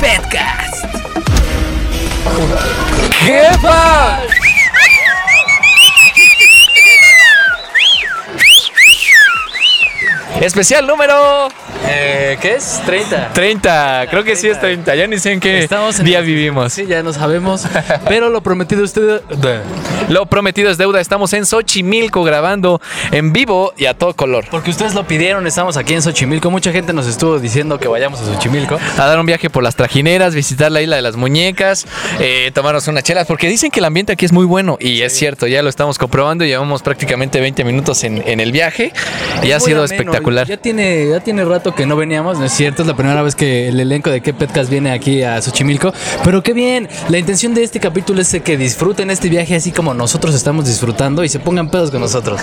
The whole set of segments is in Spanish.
Petcast. ¡Jefa! Especial número Eh, ¿Qué es? 30. 30. Creo que sí es 30. Ya ni sé en qué Estamos en día el- vivimos. Sí, ya no sabemos. Pero lo prometido usted. Lo prometido es deuda. Estamos en Xochimilco grabando en vivo y a todo color. Porque ustedes lo pidieron, estamos aquí en Xochimilco. Mucha gente nos estuvo diciendo que vayamos a Xochimilco. A dar un viaje por las trajineras, visitar la isla de las muñecas, eh, tomarnos unas chelas, porque dicen que el ambiente aquí es muy bueno y es cierto, ya lo estamos comprobando. Llevamos prácticamente 20 minutos en, en el viaje y ha Es sido muy ameno, espectacular. Ya tiene, ya tiene rato que no veníamos, no es cierto, es la primera vez que el elenco de qué podcast viene aquí a Xochimilco. Pero qué bien, la intención de este capítulo es que disfruten este viaje así como nosotros estamos disfrutando y se pongan pedos con nosotros.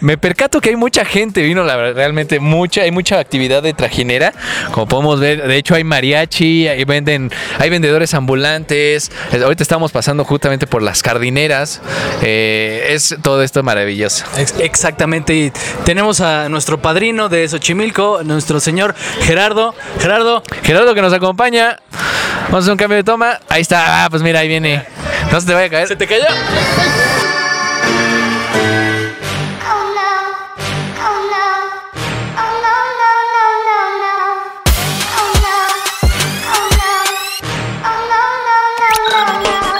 Me percato que hay mucha gente, vino la verdad, realmente mucha, hay mucha actividad de trajinera, como podemos ver, de hecho hay mariachi, ahí venden, hay vendedores ambulantes, eh, ahorita estamos pasando justamente por las jardineras, eh, es todo esto maravilloso. Ex- Exactamente, y tenemos a nuestro padrino de Xochimilco, nuestro señor Gerardo. Gerardo, Gerardo que nos acompaña, vamos a hacer un cambio de toma, ahí está, ah, pues mira, ahí viene, no se te vaya a caer. ¿se te cayó? Oh no, oh no, oh no, no, no, no, no. Oh no, oh no, oh no, no, no, no, no.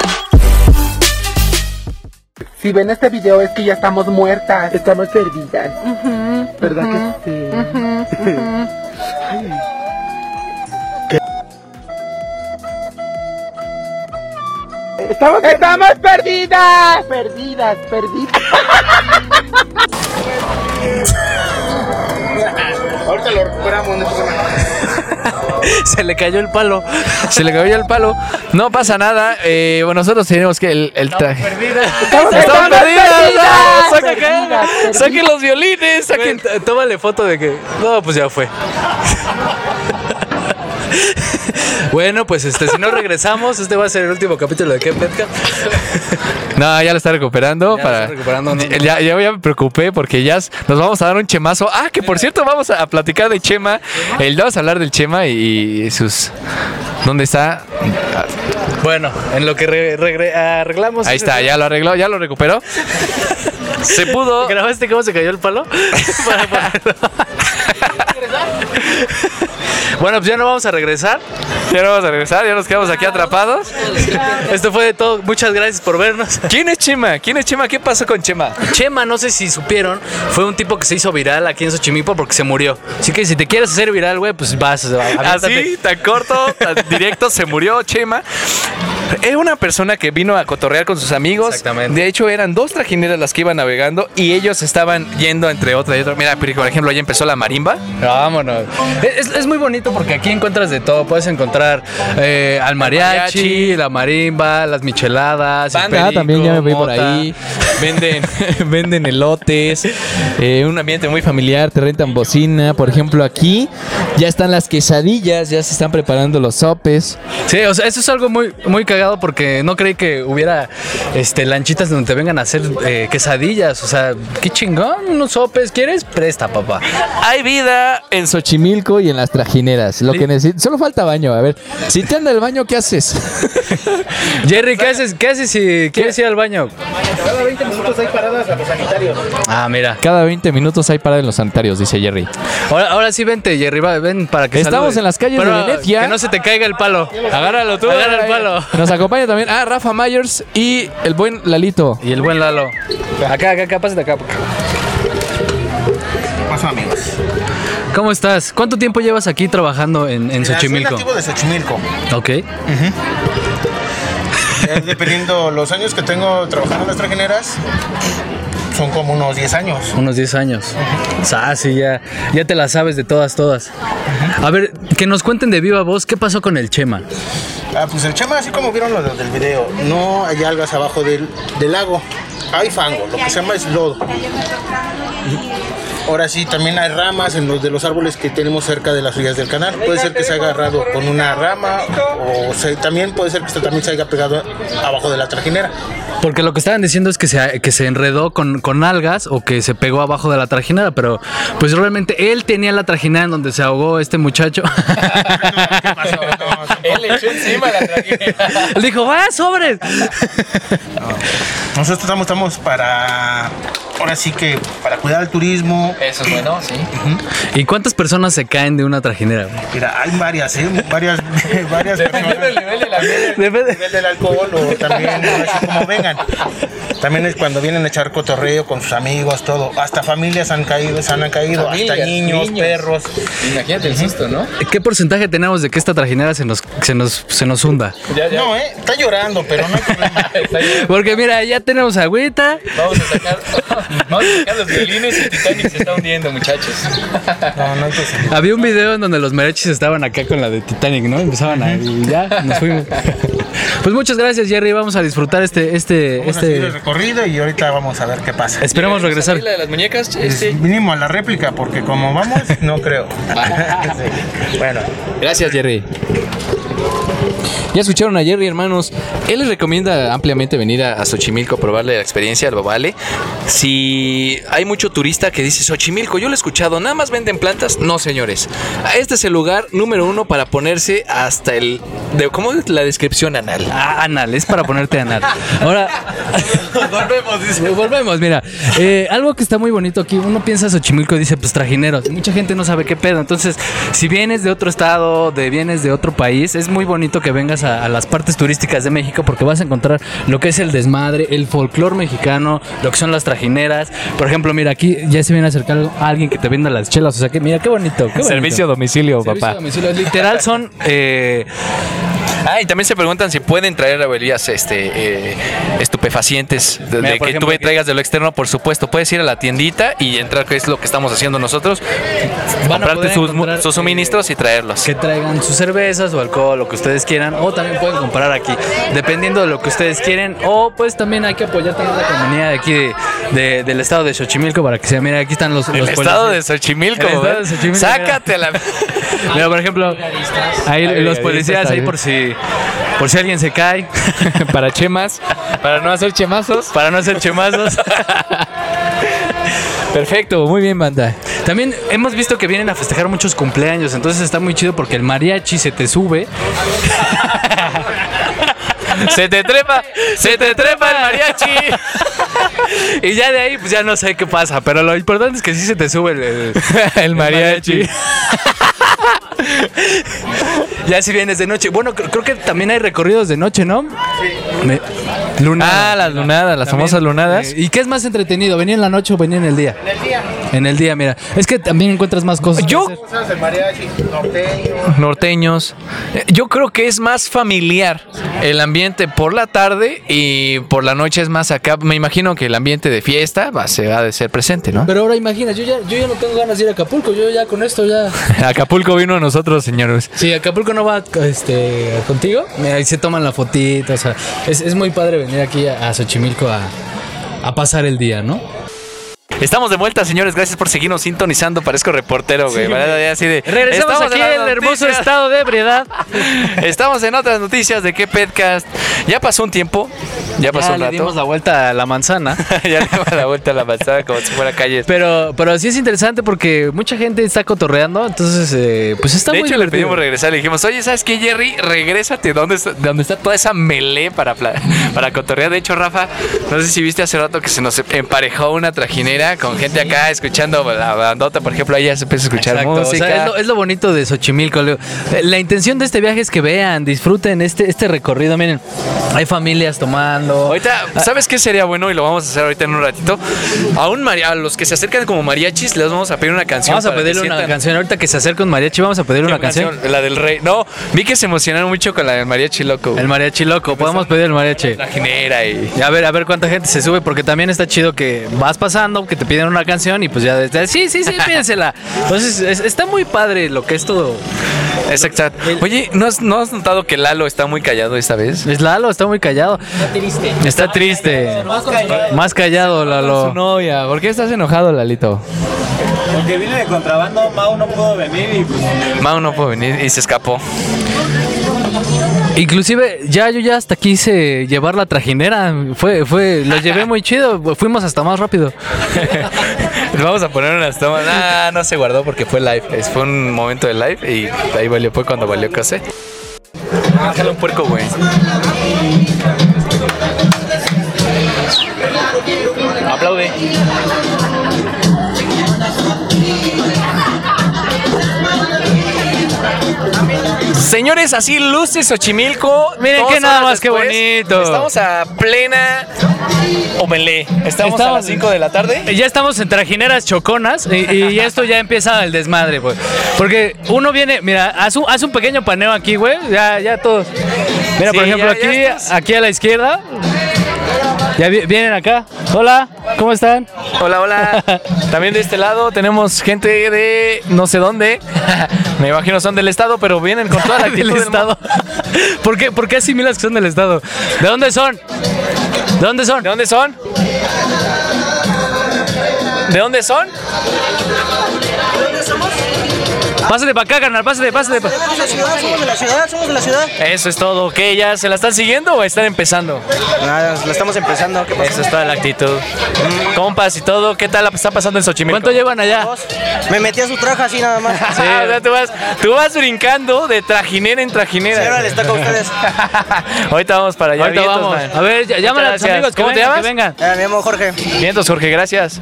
Si ven este video es que ya estamos muertas. Estamos perdidas. ¿Verdad que sí? ¿Qué? Estamos, estamos perdidas. Perdidas, perdidas. Ahorita lo recuperamos. Se le cayó el palo. Se le cayó el palo, no pasa nada, eh, bueno, nosotros tenemos que el, el traje. Estamos, ¡Están perdidas! ¡Ah! perdidas. Saquen- ¡Saquen los violines! ¡Saquen! T- Tómale foto de que. No, pues ya fue. Bueno, pues este, si no regresamos, este va a ser el último capítulo de qué podcast. No, ya lo está recuperando. Ya lo para... está recuperando, no, no. Ya, ya- ya me preocupé porque ya s- nos vamos a dar un chemazo. Ah, que por cierto, vamos a, a platicar de Chema. El vamos a hablar del Chema y, y sus. ¿Dónde está? Bueno, en lo que re- regre- arreglamos. Ahí está, ya lo arregló, ya lo recuperó. Se pudo. ¿Grabaste cómo se cayó el palo? Para- para- bueno, pues ya no vamos a regresar. Ya no vamos a regresar, ya nos quedamos aquí atrapados. Esto fue de todo. Muchas gracias por vernos. ¿Quién es Chema? ¿Quién es Chema? ¿Qué pasó con Chema? Chema, no sé si supieron, fue un tipo que se hizo viral aquí en Xochimilco porque se murió. Así que si te quieres hacer viral, güey, pues vas. aviéntate. Así, tan corto, tan directo, se murió Chema. Era una persona que vino a cotorrear con sus amigos. Exactamente. De hecho, eran dos trajineras las que iban navegando y ellos estaban yendo entre otra y otra. Mira, por ejemplo, ya empezó la marimba. Vámonos. Es, es muy bonito porque aquí encuentras de todo. Puedes encontrar eh, al mariachi, mariachi. la marimba, las micheladas, el Banda, perico, Ah, también ya me vi por mota. ahí. Venden, venden elotes, eh, un ambiente muy familiar, te rentan bocina. Por ejemplo, aquí ya están las quesadillas, ya se están preparando los sopes. Sí, o sea, eso es algo muy, muy cagado porque no creí que hubiera este, lanchitas donde te vengan a hacer eh, quesadillas. O sea, qué chingón, unos sopes. ¿Quieres? Presta, papá. Hay vida en Xochimilco. Chimilco y en las trajineras. Lo Li- que necesito. Solo falta baño. A ver, si te anda el baño, ¿qué haces? Jerry, ¿qué haces, ¿qué haces si quieres ir al baño? Cada 20 minutos hay paradas a los sanitarios. Ah, mira. Cada 20 minutos hay parada en los sanitarios, dice Jerry. Ahora, ahora sí vente, Jerry, va, ven para que Estamos en las calles de Pero Venecia. Que no se te caiga el palo. Agárralo tú. Agarra el palo. Nos acompaña también ah, Rafa Myers y el buen Lalito. Y el buen Lalo. Acá, acá, acá, pásate acá. Paso, amigos. ¿Cómo estás? ¿Cuánto tiempo llevas aquí trabajando en, en Mira, Xochimilco? Soy nativo de Xochimilco. Ok. Eh, dependiendo los años que tengo trabajando en las trajineras, son como unos 10 años. Unos 10 años. Ah, sí, ya, ya te la sabes de todas, todas. A ver, que nos cuenten de viva voz qué pasó con el Chema. Ah, pues el chema, así como vieron lo de- del video, no hay algas abajo del, del lago. Hay fango, lo que se llama es lodo. Ahora sí, también hay ramas en los de los árboles que tenemos cerca de las orillas del canal. Puede ser que se haya agarrado con una rama o se- también puede ser que esto también se haya pegado abajo de la trajinera. Porque lo que estaban diciendo es que se, que se enredó con, con algas o que se pegó abajo de la trajinera, pero pues realmente él tenía la trajinera en donde se ahogó este muchacho. ¿Qué pasó? No, Él le echó encima la trajinera. Él dijo, va, sobres. Nosotros estamos, estamos para, ahora sí que, para cuidar el turismo. Eso es bueno, sí. ¿Y cuántas personas se caen de una trajinera? güey? Mira, hay varias, ¿eh? Varias, varias Dependiendo del personas. nivel de la miel. Depende. nivel del alcohol o también así como vengan. También es cuando vienen a echar cotorreo con sus amigos, todo. Hasta familias han caído, se han caído, hasta Familias, niños, niños. perros. Imagínate el susto, ¿no? ¿Qué porcentaje tenemos de que esta trajinera se nos, se nos, se nos hunda? Ya, ya. No, ¿eh? Está llorando, pero no hay problema. Está bien. Porque mira, ya tenemos agüita. Vamos a sacar, vamos a sacar los violines y el Titanic se está hundiendo, muchachos. No, no hay que ser. Había un video en donde los merechis estaban acá con la de Titanic, ¿no? Empezaban a... Y ya, nos fuimos. Pues muchas gracias, Jerry. Vamos a disfrutar este... este, Vamos a seguir el este... recorrido y ahorita vamos a ver qué pasa. Esperemos regresar. ¿La de las muñecas? Este. Vinimos a la réplica porque como vamos, no creo. Sí. Bueno, Gracias, Jerry. Ya escucharon a Jerry, hermanos. Él les recomienda ampliamente venir a, a Xochimilco a probarle la experiencia al Babale. Si hay mucho turista que dice Xochimilco, yo lo he escuchado, nada más venden plantas. No, señores. Este es el lugar número uno para ponerse hasta el. De, ¿Cómo es la descripción anal? Ah, anal, es para ponerte anal. Ahora. volvemos, dice. Volvemos, mira. Eh, algo que está muy bonito aquí. Uno piensa Xochimilco y dice, pues trajineros. Y Mucha gente no sabe qué pedo. Entonces, si vienes de otro estado, de vienes de otro país, es muy bonito que vengas a, a las partes turísticas de México porque vas a encontrar lo que es el desmadre, el folclor mexicano, lo que son las trajineras. Por ejemplo, mira, aquí ya se viene a acercar alguien que te venda las chelas. O sea que, mira, qué bonito. Qué bonito. Servicio a domicilio, Servicio a papá. domicilio. Literal son. eh, Ah, y también se preguntan si pueden traer abelías este, eh, estupefacientes de, Mira, de por que ejemplo, tú aquí- traigas de lo externo, por supuesto. Puedes ir a la tiendita y entrar, que es lo que estamos haciendo nosotros. Van a comprarte poder sus, mu- encontrar, sus suministros y traerlos. que traigan sus cervezas o alcohol, lo que ustedes quieran, o también pueden comprar aquí, dependiendo de lo que ustedes quieren, o pues también hay que apoyar también la comunidad de aquí de, de- del estado de Xochimilco para que sea, mira, aquí están los... El los estado de policías. Xochimilco, El estado de ¿eh? Xochimilco, Sácate a la. Mira, por ejemplo, ahí los brigadistas policías ahí también. por si por si alguien se cae, Para chemas, para no hacer chemazos. para no hacer chemazos. Perfecto, muy bien, banda. También hemos visto que vienen a festejar muchos cumpleaños, entonces está muy chido porque el mariachi se te sube se te trepa, se te trepa el mariachi. y ya de ahí pues ya no sé qué pasa, pero lo importante es que sí se te sube el- el, El mariachi. Ya si vienes de noche. Bueno, cr- creo que también hay recorridos de noche, ¿no? Me- Ah, las lunadas, las También, famosas lunadas. eh, ¿Y qué es más entretenido? ¿Venir en la noche o venir en el día? En el día. En el día, mira. Es que también encuentras más cosas. que Yo- hacer. cosas del mariachi, norteño. norteños. Eh, Yo creo que es más familiar el ambiente por la tarde y por la noche es más acá. Me imagino que el ambiente de fiesta va, se ha de ser presente, ¿no? Pero ahora imagina, yo ya, yo ya no tengo ganas de ir a Acapulco. Yo ya con esto ya. Acapulco vino a nosotros, señores. Si Acapulco no va este, contigo, mira, ahí se toman la fotita. O sea, es, es muy padre venir aquí a, a Xochimilco a, a pasar el día, ¿no? Estamos de vuelta, señores. Gracias por seguirnos sintonizando. Parezco reportero, güey. ¿verdad? Así de, "Estamos en las noticias". de ebriedad. Estamos en otras noticias de qué podcast. Ya pasó un tiempo. Ya pasó Ya un le dimos rato. la vuelta a la manzana. ya le dimos la vuelta a la pasada como si fuera calle. Pero, pero sí es interesante porque mucha gente está cotorreando, entonces eh, pues está de muy hecho, le divertido. pedimos regresar. Le dijimos, oye, ¿sabes qué, Jerry? Regrésate donde está, donde está toda esa melee para, pla- para cotorrear. De hecho, Rafa, no sé si viste hace rato que se nos emparejó una trajinera con gente acá escuchando la bandota. Por ejemplo, ahí ya se empieza a escuchar Exacto, o sea, música. es, lo, es lo bonito de Xochimilco. Leo. Eh, La intención de este viaje es que vean, disfruten este, este recorrido. Miren, hay familias tomando. Ah, Ahorita, ¿sabes qué sería bueno? Y lo vamos a hacer ahorita en un ratito. A, un mari- a los que se acercan como mariachis, les vamos a pedir una canción. Vamos a para que pedirle una sientan- canción. Ahorita que se acerca un mariachi, vamos a pedirle una canción. La del rey. No, vi que se emocionaron mucho con la del mariachi loco. El mariachi loco, podemos pedir el mariachi. trajinera y... Y A ver, a ver cuánta gente se sube, porque también está chido que vas pasando, que te piden una canción y pues ya desde, sí, sí, sí, pídensela. Entonces, es- está muy padre lo que es todo. Exacto. Oye, ¿no has, ¿no has notado que Lalo está muy callado esta vez? Es Lalo, está muy callado. Está triste. Está triste. Más callado, Su Lalo. novia. ¿Por qué estás enojado, Lalito? Porque vine de contrabando, Mau no pudo venir y pues Mau no pudo venir y se escapó. Inclusive, ya yo ya hasta quise llevar la trajinera. Fue, fue, lo llevé muy chido. Fuimos hasta más rápido. Vamos a poner unas tomas. Ah, no se guardó porque fue live. Es- Fue un momento de live y ahí valió, fue cuando valió que sé. Jala un puerco, güey. Aplaude. Señores, así luce Xochimilco. Miren Dos qué nada horas más, qué bonito. Estamos a plena Omelé. Estamos, a Estamos- las 5 de la tarde. Eh, Ya estamos en trajineras choconas y, y esto ya empieza el desmadre, güey. Porque uno viene, mira, haz un, haz un pequeño paneo aquí, güey. Ya, ya todos. Mira, por Sí, ejemplo, ya- ya aquí, estás. aquí a la izquierda. Ya vi- vienen acá. Hola, ¿cómo están? Hola, hola. También de este lado tenemos gente de no sé dónde. Me imagino son del estado, pero vienen con toda la actitud del del Estado. ¿Por qué, ¿Por qué asimilas que son del Estado? ¿De dónde son? ¿De dónde son? ¿De dónde son? ¿De dónde son? Pásate para acá, carnal, pásate, pásate. pa- Eso es todo. ¿Qué? ¿Ya se la están siguiendo o están empezando? Nada, lo estamos empezando. ¿Qué Eso es toda la actitud. Compas y todo, ¿qué tal la- está pasando en Xochimilco? ¿Cuánto llevan allá? pasó? Me metí a su traje así nada más. Sí, o sea, tú vas, tú vas brincando de trajinera en trajinera. Sí, ahora les toca a ustedes. Ahorita vamos para allá. Ahorita vientos, vamos. man. A ver, ya- llámale a tus Muchas amigos. que gracias. ¿Cómo te vengan, llamas? Que vengan. Eh, me llamo Jorge. Vientos, Jorge, gracias.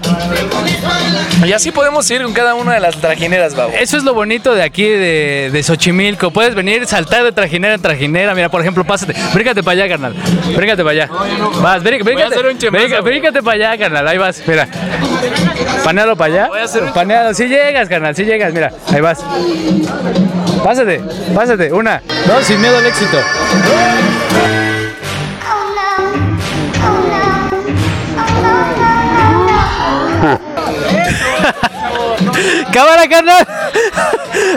Y así podemos ir con cada una de las trajineras, babo. Eso es lo bonito de aquí, de, de Xochimilco. Puedes venir, saltar de trajinera en trajinera. Mira, por ejemplo, pásate. Bríncate para allá, carnal. Bríncate para allá. Vas, brí- bríncate. hacer un chemazo, Brinca- güey. bríncate para allá, carnal. Ahí vas, mira. Panealo para allá. Panealo. Si llegas, carnal, si llegas. Mira, ahí vas. Pásate, pásate. Una, dos, sin miedo al éxito. Cámara, carnal.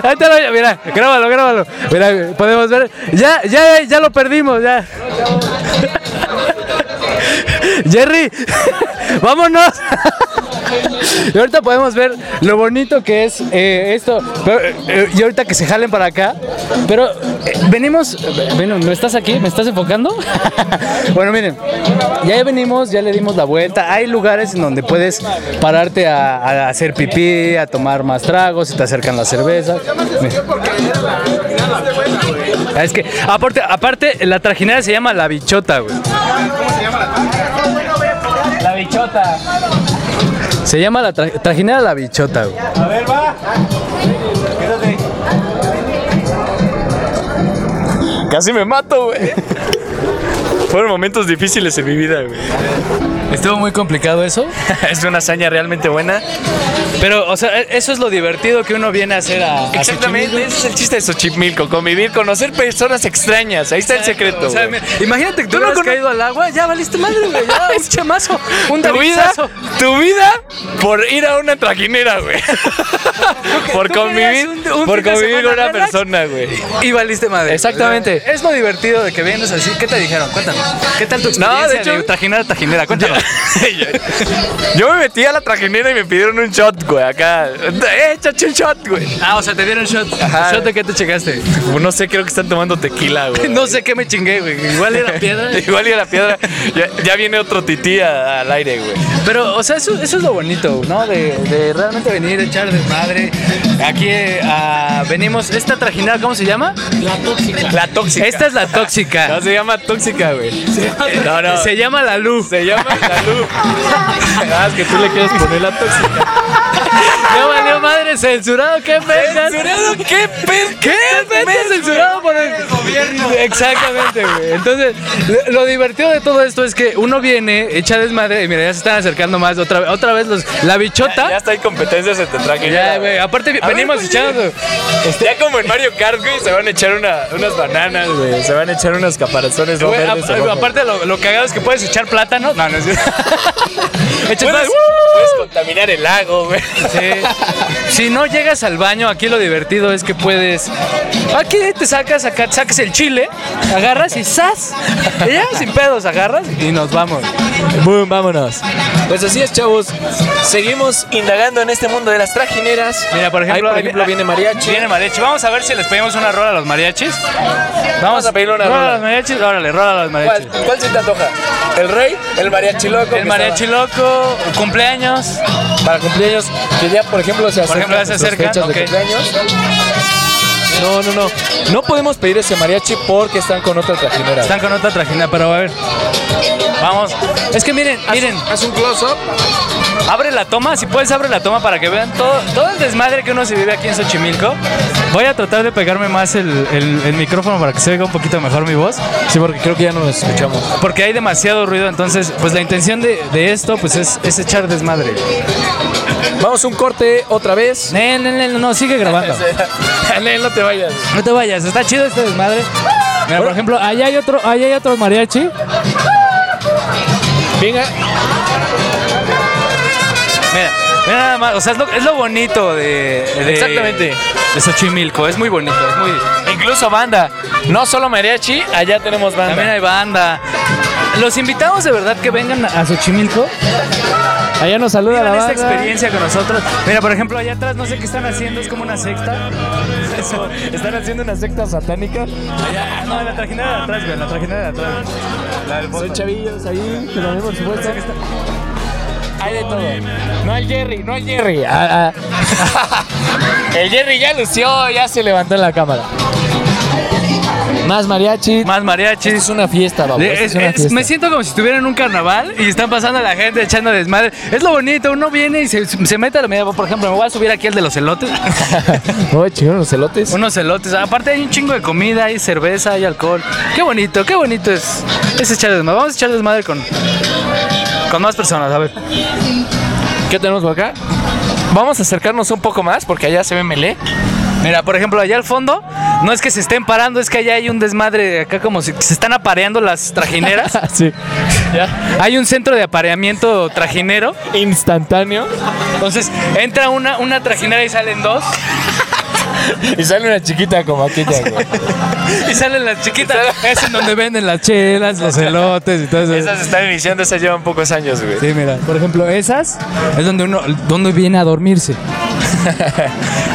Ahí te lo- Mira, grábalo, grábalo. Mira, podemos ver. Ya, ya, ya lo perdimos, ya. Jerry, vámonos. Y ahorita podemos ver lo bonito que es eh, esto. Pero, eh, y ahorita que se jalen para acá. Pero eh, venimos. Bueno, ¿no estás aquí? ¿Me estás enfocando? bueno, miren. Ya venimos, ya le dimos la vuelta. Hay lugares en donde puedes pararte a, a hacer pipí, a tomar más tragos, se te acercan las cervezas. Ah, Es que, aparte, aparte, la trajinera se llama la bichota, güey. La bichota. Se llama la tra- trajinera la bichota, güey. A ver, va. Quédate. Casi me mato, güey. Fueron momentos difíciles en mi vida, güey. Estuvo muy complicado eso. es una hazaña realmente buena. Pero, o sea, e- eso es lo divertido que uno viene a hacer a. a Exactamente, ese es el chiste de Xochimilco, convivir, conocer personas extrañas. Ahí está el secreto. O sea, güey. mira, imagínate que tú no has caído al agua, ya valiste madre, güey. Ya, un chamazo, un tu vida, davizazo. tu vida por ir a una trajinera, güey. por tú querías convivir, un- un por fin de convivir semana con una relax. persona, güey. Y valiste madre. Exactamente. Es lo divertido de que vienes así. ¿Qué te dijeron? Cuéntanos. ¿Qué tal tu experiencia? de hecho- trajinera, trajinera, cuéntanos. Yo me metí a la trajinera y me pidieron un shot, güey, acá. Eh, échate un shot, güey. Ah, o sea, te dieron shot. Ajá. ¿Shot de qué te checaste? No sé, creo que están tomando tequila, güey. No sé qué me chingué, güey. Igual era piedra. Igual y a la piedra. Ya, ya viene otro tití a- al aire, güey. Pero, o sea, eso, eso es lo bonito, ¿no? De, de realmente venir a echar desmadre. Aquí eh, ah, venimos. ¿Esta trajinera cómo se llama? La tóxica. Esta es la tóxica. No, se llama tóxica, güey. No, no. Se llama la luz. Se llama la luz. Ah, es que tú le quieres poner la tóxica. Ya valió madre, censurado, qué vergas. ¿Censurado? ¿Qué per... ¿Qué Totalmente censurado por el gobierno. Exactamente, güey. Entonces, lo- lo divertido de todo esto es que uno viene, echa desmadre, y mira, ya se están acercando más. Otra, vez- otra vez los, la Ya bichota. hasta hay competencias entre trajinera. Ya, güey. Aparte, A ver, venimos oye. echando. Ya como en Mario Kart, güey, se van a echar una- unas bananas, güey. Se van a echar unos caparazones no Güey, verdes. a- o rojos. aparte, lo, lo cagado es que puedes echar plátano. No, no es cierto. puedes, Echas plátano. puedes contaminar el lago, güey. Sí. Si no llegas al baño, aquí lo divertido es que puedes. Aquí te sacas, acá sacas el chile, agarras y ¡zas! Y ya, sin pedos, agarras y nos vamos. Boom, vámonos. Pues así es, chavos. Seguimos indagando en este mundo de las trajineras. Mira, por ejemplo, Ahí, por ejemplo, viene mariachi. Viene mariachi. Vamos a ver si les pedimos una rola a los mariachis. Vamos a pedirle una rola. a rola. los mariachis? Órale, rola a los mariachis. ¿Cuál, cuál se te antoja? ¿El rey? ¿El mariachi loco? El mariachi loco, cumpleaños. Para cumpleaños. Que ya, por ejemplo, se acercan. ejemplo, ya se nuestras acercan, fechas de ok. cumpleaños. No, no, no. No podemos pedir ese mariachi porque están con otra trajinera. Están con otra trajinera, pero a ver. Vamos. Es que miren, miren. Haz un close-up. Abre la toma, si puedes abre la toma para que vean todo, todo el desmadre que uno se vive aquí en Xochimilco. Voy a tratar de pegarme más el, el- el micrófono para que se oiga un poquito mejor mi voz, Sí, porque creo que ya no nos escuchamos. porque hay demasiado ruido, entonces pues la intención de, de esto pues es, es echar desmadre. Vamos a un corte otra vez. No, no, no, no, sigue grabando. Nel, no te vayas. No te vayas, está chido este desmadre. Mira, por ejemplo, allá hay otro, allá hay otro mariachi. Venga. Mira, mira nada más, o sea, es lo, es lo bonito de, de- Exactamente. de Xochimilco, es muy bonito, es muy Incluso banda. No solo mariachi, allá tenemos banda. También hay banda. Los invitamos de verdad que vengan a Xochimilco. Allá nos saluda la Vivan esta banda. experiencia con nosotros. Mira, por ejemplo, allá atrás no sé qué están haciendo, es como una secta. ¿Están haciendo una secta satánica? No, la trajinera de atrás, güey, la trajinera de atrás. Son chavillos ahí, que lo ven, por supuesto. pues, Hay de todo. No al Jerry, no al Jerry. Ah, ah. El Jerry ya lució, ya se levantó en la cámara. Más mariachi. Más mariachis. Es una fiesta, vamos. Le- es- Ah, pues, es una es- fiesta. me siento como si estuviera en un carnaval y están pasando la gente echando desmadre. Es lo bonito, uno viene y se, se mete a la medida. Por ejemplo, me voy a subir aquí al de los elotes. Oye, chingón, los elotes. Unos elotes. Aparte hay un chingo de comida, hay cerveza, hay alcohol. Qué bonito, qué bonito es, es echar desmadre. Vamos a echar desmadre con, con más personas, a ver. ¿Qué tenemos por acá? Vamos a acercarnos un poco más porque allá se ve melee. Mira, por ejemplo, allá al fondo, no es que se estén parando, es que allá hay un desmadre, acá como si se están apareando las trajineras. Sí. hay un centro de apareamiento trajinero. Instantáneo. Entonces, entra una, una trajinera y salen dos. Y sale una chiquita como aquella, güey. Y salen las chiquitas. Es en donde venden las chelas, los elotes y todo eso. Esas están iniciando, esas llevan pocos años, güey. Sí, mira, por ejemplo, esas es donde uno donde viene a dormirse.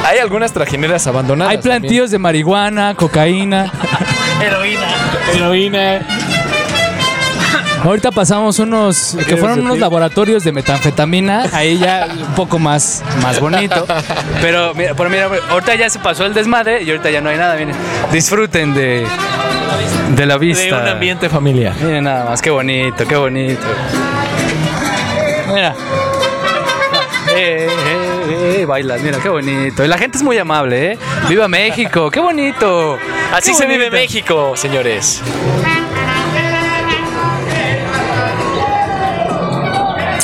Hay algunas trajineras abandonadas. Hay plantíos de marihuana, cocaína. también. Heroína. Ahorita pasamos unos que fueron unos laboratorios de metanfetamina, ahí ya un poco más, más bonito. Pero mira, pero mira, ahorita ya se pasó el desmadre y ahorita ya no hay nada, miren. Disfruten de, de la vista. De un ambiente familiar. Miren nada más, qué bonito, qué bonito. Mira. Eh, eh, eh, bailas, mira, qué bonito. Y la gente es muy amable, ¿eh? ¡Viva México! ¡Qué bonito! Así Qué se vive bonito. México, señores.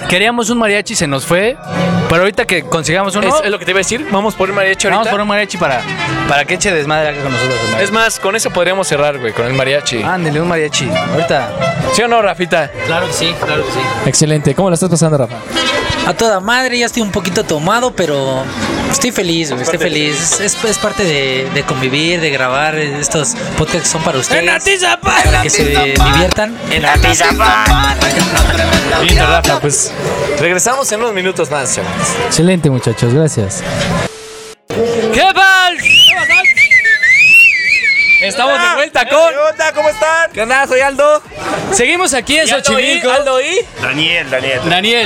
Queríamos un mariachi, se nos fue. Pero ahorita que consigamos uno, Es, es lo que te iba a decir. Vamos por un mariachi ahorita. vamos por un mariachi para, para que eche desmadre acá con nosotros. el mariachi. Es más, con eso podríamos cerrar, güey, con el mariachi. Ándele, un mariachi. Ahorita. ¿Sí o no, Rafita? Claro que sí, claro que sí. Excelente. ¿Cómo la estás pasando, Rafa? A toda madre, ya estoy un poquito tomado, pero estoy feliz, güey, estoy feliz. Es, es parte de, de convivir, de grabar estos podcasts que son para ustedes. Para que se diviertan. En Lindo, Rafa. Pues regresamos en unos minutos más, chavales. Excelente, muchachos, gracias. ¿Qué tal? Estamos de vuelta con. Ah, onda? ¿Cómo están? ¿Qué onda? Soy Aldo. Seguimos aquí en Xochimilco. Aldo y... Daniel.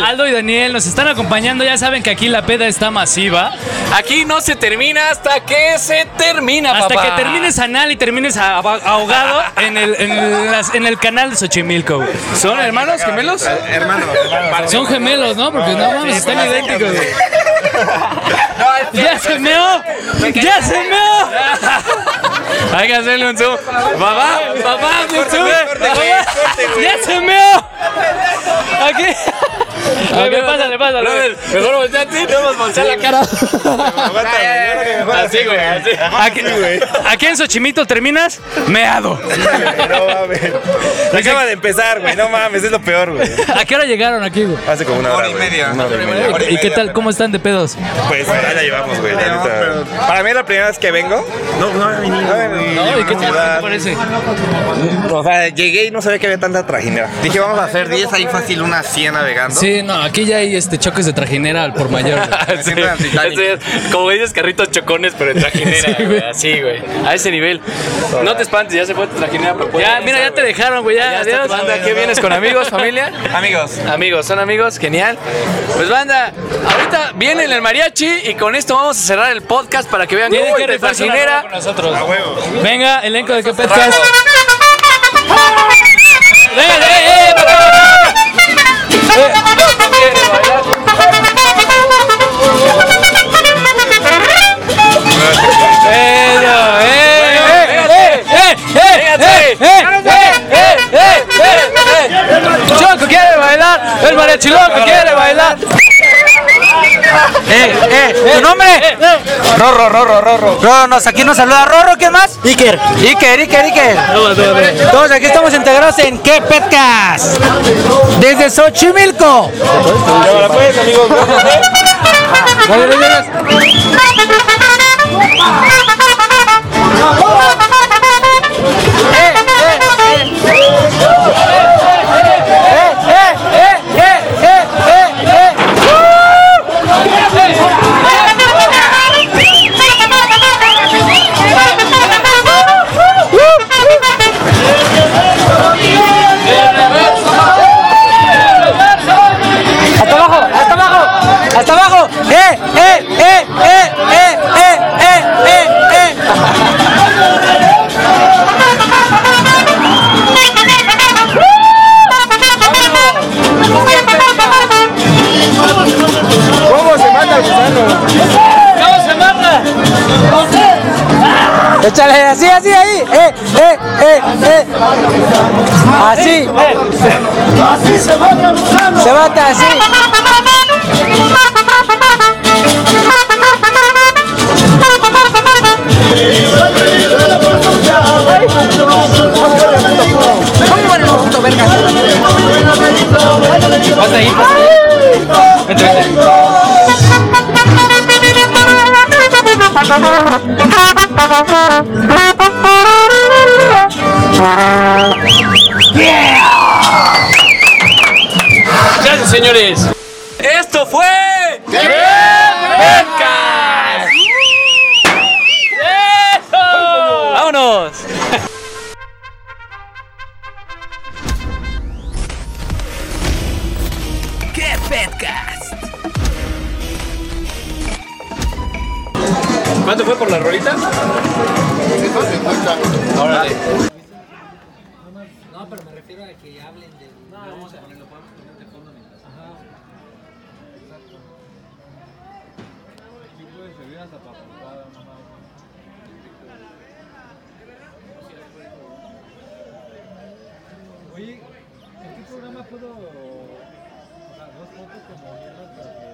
Aldo y Daniel nos están acompañando. Ya saben que aquí la peda está masiva. Aquí no se termina hasta que se termina, Ah, Hasta papá. que termines anal y termines a- a- ahogado en el, en, las- en el canal de Xochimilco. güey. ¿Son hermanos gemelos? Hermano, Son gemelos, ¿no? Porque no mames, están idénticos. güey. ¡Ya se meó! ¡Ya se meó! Hay que hacerle un zoom. ¡Papá! ¡Papá! hazle un zoom. Papá, ¡Ya se meó! Aquí. A ver, pásale, pásale. Mejor volteate. Vamos a voltear la cara. Así, güey. Así. Aquí, aquí en Xochimilco terminas meado. No mames. Acaba de empezar, güey. No mames, es lo peor, güey. ¿A qué hora llegaron aquí, güey? Hace como una hora. Hora y güey. media. Una hora y media. ¿Y qué tal? ¿Cómo están de pedos? Pues ahí la llevamos, güey. la neta. Para mí es la primera vez que vengo. No, no he venido. ¿Y qué tal? ¿Qué te parece? O sea, llegué y no sabía que había tanta trajinera. Dije, vamos a hacer 10, ahí fácil unas 100 navegando. Sí, no, aquí ya hay este choques de trajinera al por mayor. güey. Sí, sí, como dices, carritos chocones, pero en trajinera, güey, así, güey. A ese nivel. No te espantes, ya se fue tu trajinera, pero puedes Ya, mira, ya te dejaron, güey. Ya, está adiós. tu banda, Banda, ¿Qué güey. vienes con amigos, familia? Amigos. Amigos, son amigos, genial. Pues banda, ahorita vienen el mariachi y con esto vamos a cerrar el podcast para que vean Tienen cómo que de rifarse una trajinera. rola con nosotros. A huevo. Venga, elenco de qué podcast. Venga, eh, eh, Eh, eh, eh, Choco quiere bailar, el mariachi loco quiere bailar. Eh, eh, ¿tu nombre? Rorro, Rorro, Rorro. Rorro, nos, aquí nos saluda Rorro, ¿quién más? Iker. Iker, Iker, Iker. Todos aquí estamos integrados en ¿Qué Podcast? Desde Xochimilco. Hasta abajo, hasta abajo, hasta abajo. Eh, eh, eh, eh, eh, eh, eh, eh, eh. ¿Cómo se mata el gusano? ¿Cómo se mata? Échale así, así, ahí. Eh, eh, eh, eh. Así. Así se mata el gusano. Se mata así. eh. Gracias, señores. Esto fue. Podcast. ¡Vámonos! ¿Qué podcast? ¿Cuánto fue por la rolita? Órale. No, pero me refiero a que hablen de. Vamos a ponerlo, podemos poner de fondo mientras. Oye, ¿en qué programa puedo.? O sea, dos fotos como mierda, pero que-